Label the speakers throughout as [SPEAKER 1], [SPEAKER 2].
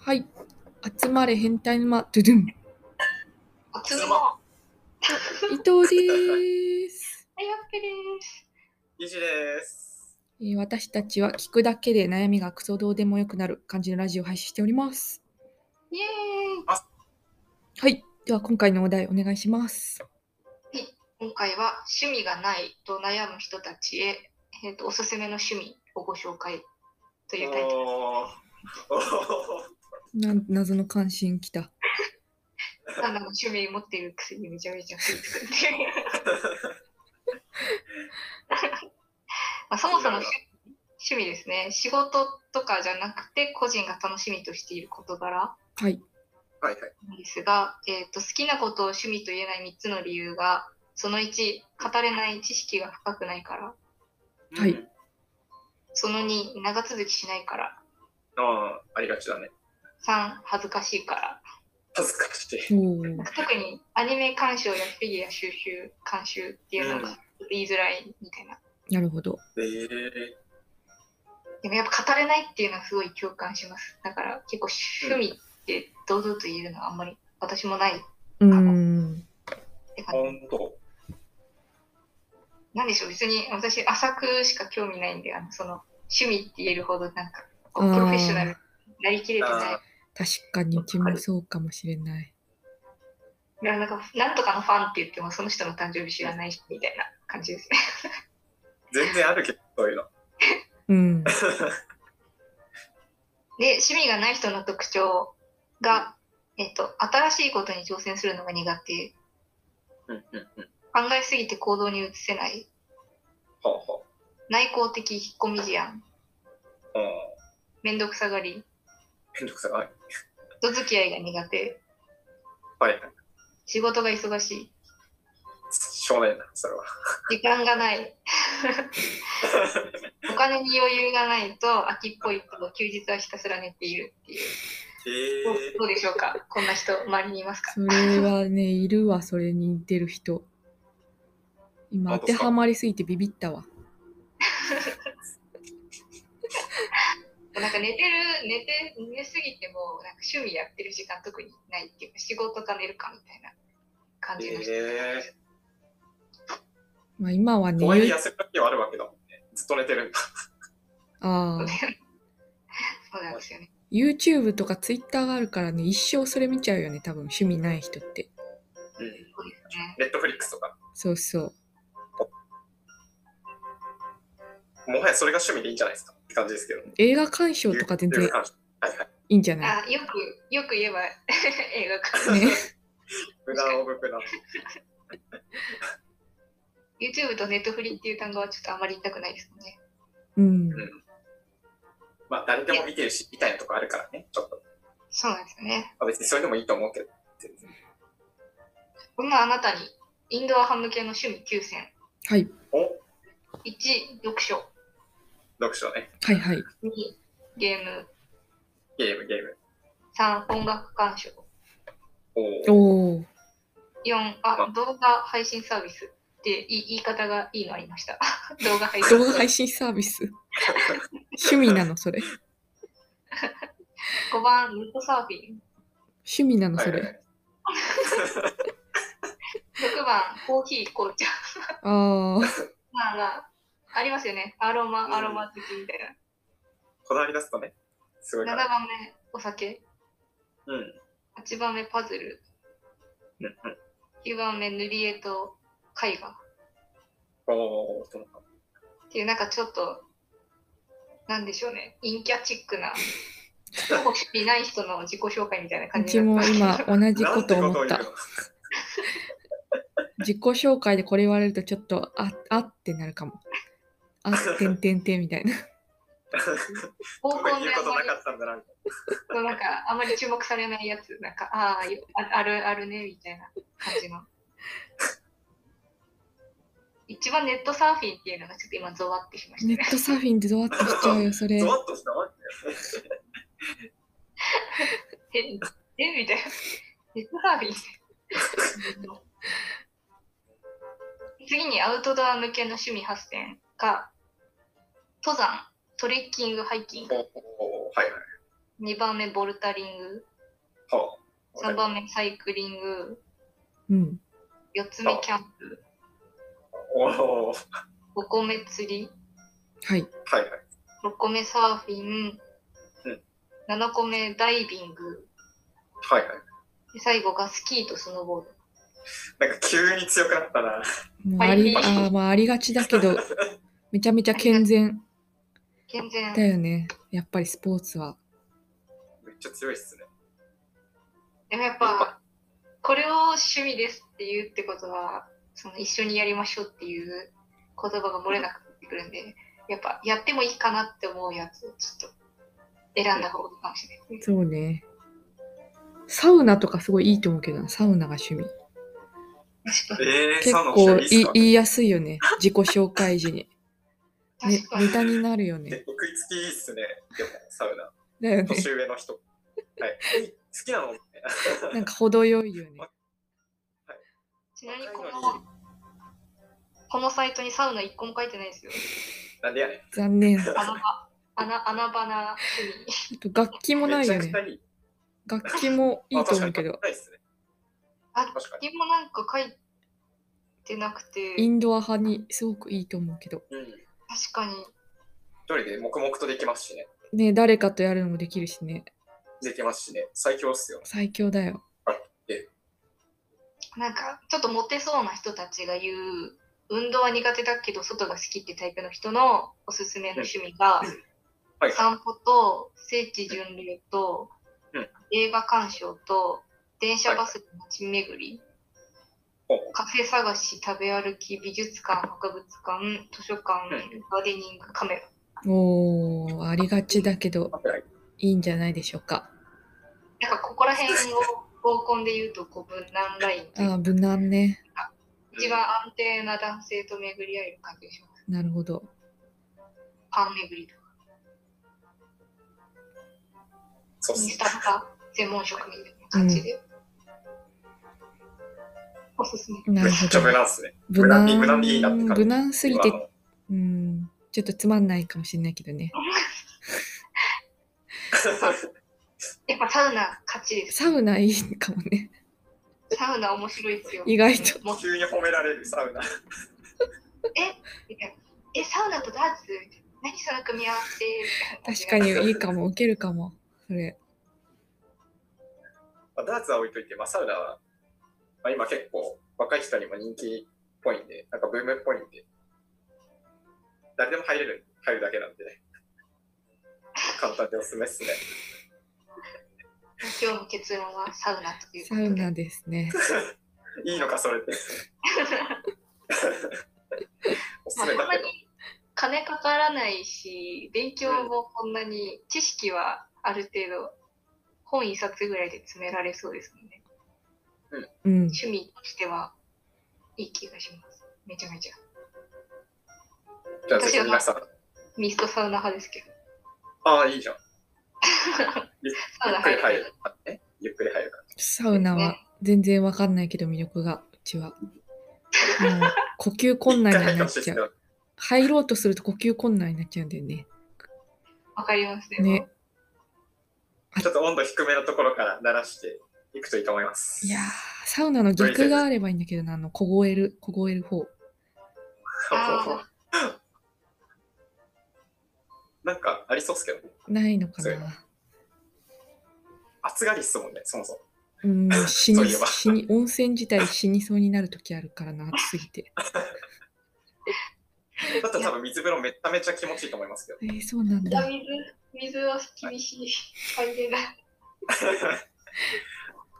[SPEAKER 1] はい。集まれ変態沼、ドゥドゥン。
[SPEAKER 2] おつも。
[SPEAKER 1] 伊藤 です、
[SPEAKER 2] はい、オッケーです。
[SPEAKER 3] ゆじです。
[SPEAKER 1] えー私たちは聞くだけで悩みがクソどうでもよくなる感じのラジオを配信しております。
[SPEAKER 2] イエーイ。
[SPEAKER 1] はい。では今回のお題お願いします。
[SPEAKER 2] 今回は趣味がないと悩む人たちへ、えー、とおすすめの趣味をご紹介というタイトル。
[SPEAKER 3] おーおー
[SPEAKER 1] なん謎の関心きた。
[SPEAKER 2] ただの趣味持っているくせにめちゃめちゃ趣味作ってるまあそもそも趣趣味ですね。仕事とかじゃなくて個人が楽しみとしている事柄
[SPEAKER 1] はい。
[SPEAKER 3] はいはい。
[SPEAKER 2] なんですが、えー、と好きなことを趣味と言えない3つの理由が、その1、語れない知識が深くないから。
[SPEAKER 1] はい
[SPEAKER 3] うん。
[SPEAKER 2] その2、長続きしないから。
[SPEAKER 3] ああ、ありがちだね。
[SPEAKER 2] 3、恥ずかしいから。
[SPEAKER 3] 恥ずかしい。
[SPEAKER 1] おー
[SPEAKER 2] 特にアニメ鑑賞やフィギュア収集、監修っていうの
[SPEAKER 3] うん
[SPEAKER 2] が言いづらいみたいな。
[SPEAKER 1] なるほど。
[SPEAKER 3] え
[SPEAKER 2] でもやっぱ語れないっていうのはすごい共感します。だから結構趣味って堂々と言えるのはあんまり私もないっ
[SPEAKER 1] うーん。
[SPEAKER 2] て
[SPEAKER 3] ー、
[SPEAKER 2] 感じ。
[SPEAKER 3] 本当。
[SPEAKER 2] なんでしょう、別に私浅くしか興味ないんで、あのその趣味って言えるほどなんかこ
[SPEAKER 1] あ
[SPEAKER 2] う
[SPEAKER 1] ー
[SPEAKER 2] プロフェッショナルになりきれてない
[SPEAKER 3] あ。
[SPEAKER 1] 確かにうちもそうかもしれない。
[SPEAKER 2] なんかなんとかのファンって言ってもその人の誕生日知らないしみたいな感じですね。
[SPEAKER 3] 全然あるけど、そういうの。
[SPEAKER 1] うん。
[SPEAKER 2] で趣味がない人の特徴が、えっと、新しいことに挑戦するのが苦手
[SPEAKER 3] うんうんうん。
[SPEAKER 2] 考えすぎて行動に移せない
[SPEAKER 3] ほうほ
[SPEAKER 2] 内向的引っ込み思案
[SPEAKER 3] う。うん。
[SPEAKER 2] めんどくさがり
[SPEAKER 3] めんどくさい。はい
[SPEAKER 2] 人付き合いが苦手
[SPEAKER 3] はい。
[SPEAKER 2] 仕事が忙しい
[SPEAKER 3] しょうがないな、そ れは。
[SPEAKER 2] 時間がないお金に余裕がないと秋っぽいと休日はひたすら寝ているっていう
[SPEAKER 3] へ
[SPEAKER 2] どう
[SPEAKER 3] え。
[SPEAKER 2] どうでしょうかこんな人周りにいますか
[SPEAKER 1] それはね、いるわ、それに似てる人。今当てはまりすぎてビビったわ。
[SPEAKER 2] なんか寝てる寝て寝すぎてもなんか趣味やってる時間特にないっていうか仕事か寝るかみたいな感じの人、
[SPEAKER 3] へ
[SPEAKER 1] まあ今はね、
[SPEAKER 3] とはいえ、休む時はあるわけだもんね。ずっと寝てるんだ。
[SPEAKER 1] ああ。
[SPEAKER 2] そうなんですよね
[SPEAKER 1] YouTube とか Twitter があるからね一生それ見ちゃうよね多分趣味ない人って
[SPEAKER 3] うん。
[SPEAKER 2] そうですね
[SPEAKER 3] ネットフリックスとか。
[SPEAKER 1] そうそう
[SPEAKER 3] もはやそれが趣味でいいんじゃないですかって感じですけど。
[SPEAKER 1] 映画鑑賞とか全
[SPEAKER 3] い
[SPEAKER 1] 然
[SPEAKER 3] う感じはいはい。
[SPEAKER 1] いいんじゃない
[SPEAKER 2] あよくよく言えば 映画館、
[SPEAKER 1] ね
[SPEAKER 3] 無駄を無駄。
[SPEAKER 2] YouTube と Netflix っていう単語はちょっとあまり言いたくないですもんね
[SPEAKER 1] うん
[SPEAKER 3] まあ、誰でも見てるし、みたいなとこあるからね。ちょっと。
[SPEAKER 2] そうなんですよね
[SPEAKER 3] まあ、別にそれでもいいと思うけど。全然
[SPEAKER 2] そんなあなたにインドア派向けの趣味9選
[SPEAKER 1] はい
[SPEAKER 3] お
[SPEAKER 2] 1読書
[SPEAKER 3] 読書ね。
[SPEAKER 1] はいはい
[SPEAKER 2] 2ゲーム
[SPEAKER 3] ゲーム、ゲーム。
[SPEAKER 2] 3音楽鑑賞
[SPEAKER 3] おお。
[SPEAKER 1] おお
[SPEAKER 2] 4あ動画配信サービスってい言い方がいいのありました 動画配信
[SPEAKER 1] 動画配信サービ ス趣味なのそれ
[SPEAKER 2] 5番ネットサーフィン
[SPEAKER 1] 趣味なのそれ、
[SPEAKER 3] はいはい
[SPEAKER 2] 6番コーヒー紅茶
[SPEAKER 1] ああ
[SPEAKER 2] まあまあありますよねアロ
[SPEAKER 3] うん
[SPEAKER 2] マアロマ好きみたい
[SPEAKER 3] こだわり出すとね、すごい
[SPEAKER 2] な、
[SPEAKER 3] か
[SPEAKER 2] 7
[SPEAKER 3] ら。
[SPEAKER 2] 番目お酒
[SPEAKER 3] うん。うん
[SPEAKER 2] 8番目パズル
[SPEAKER 3] うん。
[SPEAKER 2] 9番目塗り絵と絵画っ
[SPEAKER 3] おお、そうか。
[SPEAKER 2] ていうなんかちょっとなんでしょうね陰キャチックな趣味ない人の自己紹介みたいな
[SPEAKER 1] う
[SPEAKER 2] 感じ
[SPEAKER 1] ち
[SPEAKER 2] に
[SPEAKER 1] も
[SPEAKER 2] なってます
[SPEAKER 1] 今同じ
[SPEAKER 3] な
[SPEAKER 1] こ
[SPEAKER 3] ん
[SPEAKER 1] と
[SPEAKER 3] てことを
[SPEAKER 1] 思
[SPEAKER 3] 言
[SPEAKER 1] っ
[SPEAKER 3] うの
[SPEAKER 1] た自己紹介でこれ言われるとちょっとああってなるかもあってんてんてんみたい な
[SPEAKER 2] 合
[SPEAKER 3] 僕
[SPEAKER 2] コ
[SPEAKER 3] は
[SPEAKER 2] ン
[SPEAKER 3] 言
[SPEAKER 2] で
[SPEAKER 3] う
[SPEAKER 2] あ
[SPEAKER 3] こ
[SPEAKER 2] ん
[SPEAKER 3] と
[SPEAKER 2] ま
[SPEAKER 3] な
[SPEAKER 2] り
[SPEAKER 3] かったんだな、みたい
[SPEAKER 2] そうなんかあんまり注目されないやつ、なんかああよあ、あるあるねみたいな感じの。一番ネットサーフィンっていうのがちょっと今ゾワってしました
[SPEAKER 1] ネ
[SPEAKER 2] ね。
[SPEAKER 1] ットサーフィンでゾワッとしちゃうよそれ
[SPEAKER 3] な。ゾワッとしたわ。
[SPEAKER 2] え、えみたいな。ネットサーフィン次にアウトドア向けの趣味8選が登山、トレッキング、ハイキング、
[SPEAKER 3] おお、はいはい。
[SPEAKER 2] 2番目ボルタリング
[SPEAKER 3] ほう。
[SPEAKER 2] 3番目サイクリング
[SPEAKER 1] うん。
[SPEAKER 2] 4つ目キャンプ
[SPEAKER 3] おおー
[SPEAKER 2] 5個目釣り
[SPEAKER 1] はい。
[SPEAKER 3] はいはい。
[SPEAKER 2] 6個目サーフィン、
[SPEAKER 3] うん
[SPEAKER 2] 7個目ダイビング
[SPEAKER 3] はいはい。
[SPEAKER 2] で最後がスキーとスノーボード
[SPEAKER 3] なんか急に強くなったな。
[SPEAKER 1] もうあり、
[SPEAKER 2] はい
[SPEAKER 1] あーまあありがちだけど、めちゃめちゃ健全
[SPEAKER 2] 健全
[SPEAKER 1] だよね。やっぱりスポーツは。
[SPEAKER 3] めっちゃ強いっすね。
[SPEAKER 2] でもやっぱこれを趣味ですって言うってことはその一緒にやりましょうっていう言葉が漏れなくなってくるんでやっぱやってもいいかなって思うやつをちょっと選んだ方がいいかもしれないですね
[SPEAKER 1] そうね。サウナとかすごいいいと思うけどな、サウナが趣味。
[SPEAKER 2] 確か
[SPEAKER 3] えー、
[SPEAKER 1] 結
[SPEAKER 3] サウナ
[SPEAKER 1] 構
[SPEAKER 3] いいっす
[SPEAKER 1] い
[SPEAKER 3] か
[SPEAKER 1] 言いやすいよね。自己紹介時に。
[SPEAKER 2] に
[SPEAKER 1] ね
[SPEAKER 2] 確かに
[SPEAKER 1] ネタになるよ
[SPEAKER 3] 結
[SPEAKER 1] ね。
[SPEAKER 3] 構食いつきいいっすね。でも、サウナ。
[SPEAKER 1] だよね。
[SPEAKER 3] 年上の人。はい。え好きなのみたいな。
[SPEAKER 1] なんか程よいよね。
[SPEAKER 2] ちなみにこ
[SPEAKER 3] 若いの
[SPEAKER 2] のこのサイトにサウナ一個も書いてないですよ
[SPEAKER 3] なんでやねん。
[SPEAKER 1] 残 念。あ
[SPEAKER 2] 穴場穴穴場な趣味
[SPEAKER 1] と楽器もな
[SPEAKER 3] め
[SPEAKER 1] い
[SPEAKER 3] ち
[SPEAKER 1] よ
[SPEAKER 3] ゃく
[SPEAKER 1] ね
[SPEAKER 3] ち。ゃいい。
[SPEAKER 1] 楽器もいい
[SPEAKER 3] あ
[SPEAKER 1] と
[SPEAKER 3] 確
[SPEAKER 1] 思
[SPEAKER 3] か
[SPEAKER 1] う
[SPEAKER 3] に
[SPEAKER 1] けど、
[SPEAKER 3] ないっすね。
[SPEAKER 2] あ
[SPEAKER 3] 確かに。
[SPEAKER 2] でもなんか書いてなくて
[SPEAKER 1] インドア派にすごくいいと思うけど。
[SPEAKER 3] うん。
[SPEAKER 2] 確かに
[SPEAKER 3] 一人で黙々とできますしね。
[SPEAKER 1] ね誰かとやるのもできるしね。
[SPEAKER 3] できますしね。最強っすよ。
[SPEAKER 1] 最強だよ。
[SPEAKER 2] なんかちょっとモテそうな人たちが言う運動は苦手だけど外が好きってタイプの人のおすすめの趣味が
[SPEAKER 3] はいはい。
[SPEAKER 2] 散歩と聖地巡礼と
[SPEAKER 3] うん
[SPEAKER 2] 映画鑑賞と電車バスの街巡り
[SPEAKER 3] ほう
[SPEAKER 2] カフェ探し食べ歩き美術館博物館図書館
[SPEAKER 3] うん
[SPEAKER 2] ガーデニングカメラ
[SPEAKER 1] おー、ありがちだけど、
[SPEAKER 3] はいはい
[SPEAKER 1] いいんじゃないでしょうか。
[SPEAKER 2] なんかここら辺を合コンで言うとこう分断ラインという
[SPEAKER 1] ああ、無難ね。
[SPEAKER 2] 一番安定な男性と巡り合える感じでしょう
[SPEAKER 1] なるほど。
[SPEAKER 2] パン巡りとか
[SPEAKER 3] そうっす
[SPEAKER 2] イン
[SPEAKER 3] ね
[SPEAKER 2] スタとか専門職みたいな感じで、おすすめ
[SPEAKER 1] な
[SPEAKER 3] め
[SPEAKER 1] る
[SPEAKER 3] っ
[SPEAKER 1] ほ
[SPEAKER 3] ちゃ
[SPEAKER 1] ど。
[SPEAKER 3] 無難っすね。
[SPEAKER 1] 無
[SPEAKER 3] 無難でいいなって感じ
[SPEAKER 1] 無難すぎ
[SPEAKER 3] 今
[SPEAKER 1] て、
[SPEAKER 3] の
[SPEAKER 1] うん、ちょっとつまんないかもしれないけどね。
[SPEAKER 2] やっぱサウナ勝ちです
[SPEAKER 1] サウナいいかもね。
[SPEAKER 2] サウナ面白いですよ
[SPEAKER 1] 意外と
[SPEAKER 2] もう
[SPEAKER 3] 急に褒められるサウナ。
[SPEAKER 2] えサウナとダーツみたいな何その組み合わせみたいな
[SPEAKER 1] 確かにいいかも、受けるかも。それ。
[SPEAKER 3] まあ、ダーツは置いといて、まあ、サウナは、まあ、今結構若い人にも人気っぽいんで、なんかブームっぽいんで、誰でも入れる、入るだけなんでね。簡単でおすすめっすね。
[SPEAKER 2] 今日の結論はサウナという
[SPEAKER 1] サ
[SPEAKER 2] ことで
[SPEAKER 1] ウナですね。
[SPEAKER 3] いいのか、それって。おす
[SPEAKER 2] ますあ、
[SPEAKER 3] め
[SPEAKER 2] そ
[SPEAKER 3] だ
[SPEAKER 2] んな
[SPEAKER 3] けど
[SPEAKER 2] に、金かからないし勉強もこんなに知識はある程度本一冊ぐらいで詰められそうですもんね
[SPEAKER 1] うん。
[SPEAKER 2] 趣味としてはいい気がしますめちゃめちゃ
[SPEAKER 3] じゃあ、ぜひ皆さん。
[SPEAKER 2] ミストサウナ派ですけど
[SPEAKER 3] ああ、いいじゃん。ゆっ
[SPEAKER 2] サウナ
[SPEAKER 3] くり
[SPEAKER 2] 入
[SPEAKER 3] 入
[SPEAKER 2] る
[SPEAKER 3] る。えゆっくり入るから。
[SPEAKER 1] サウナは全然わかんないけど魅力が、うちは。もう呼吸困難になっちゃう。
[SPEAKER 3] う。
[SPEAKER 1] 入ろうとすると呼吸困難になっちゃうんだよね。
[SPEAKER 2] わかりますね
[SPEAKER 1] ね。
[SPEAKER 3] ちょっと温度低めのところから慣らしていくといいと思います。
[SPEAKER 1] いやー、サウナの逆があればいいんだけどな、あの、凍える、凍える方。
[SPEAKER 2] あ
[SPEAKER 3] なんかありそうっすけどね。
[SPEAKER 1] ないのか
[SPEAKER 3] そうよ
[SPEAKER 1] な。
[SPEAKER 3] 暑がりっすもんね、そもそも。
[SPEAKER 1] うん、死
[SPEAKER 3] そう
[SPEAKER 1] に、
[SPEAKER 3] いえば
[SPEAKER 1] 死に、温泉自体死にそうになる時あるからな、暑すぎ て。
[SPEAKER 3] だったら多分水風呂めっためちゃ気持ちいいと思いますけど。
[SPEAKER 1] えー、そうなんだ。
[SPEAKER 2] 水水は厳しい入れない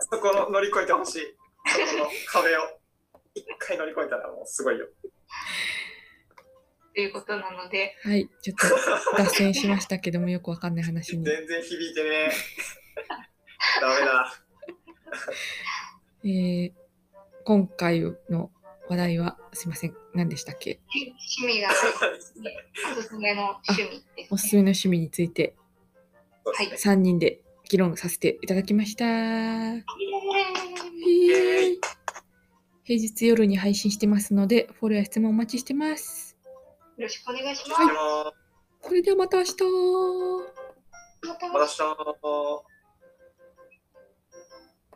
[SPEAKER 3] そこの乗り越えてほしい。そこの壁を。一回乗り越えたらもうすごいよ。
[SPEAKER 2] ということなので
[SPEAKER 1] はい、ちょっと脱線しましたけども、よくわかんない話
[SPEAKER 3] 全
[SPEAKER 1] に。
[SPEAKER 3] 然響いてね。ダ メだ。
[SPEAKER 1] えー、今回の話題は、すいません、何でしたっけ
[SPEAKER 2] 趣味がおすすめの趣味です、ね、
[SPEAKER 1] おすすめの趣味について
[SPEAKER 3] そう
[SPEAKER 2] はい
[SPEAKER 3] ですね
[SPEAKER 1] 3人で議論させていただきました。
[SPEAKER 2] イエーイ
[SPEAKER 3] エーイ
[SPEAKER 1] 平日夜に配信してますので、フォローや質問お待ちしてます。
[SPEAKER 2] よろしくお願いします
[SPEAKER 3] 行きます
[SPEAKER 1] それではまた明日。
[SPEAKER 2] また
[SPEAKER 3] また明日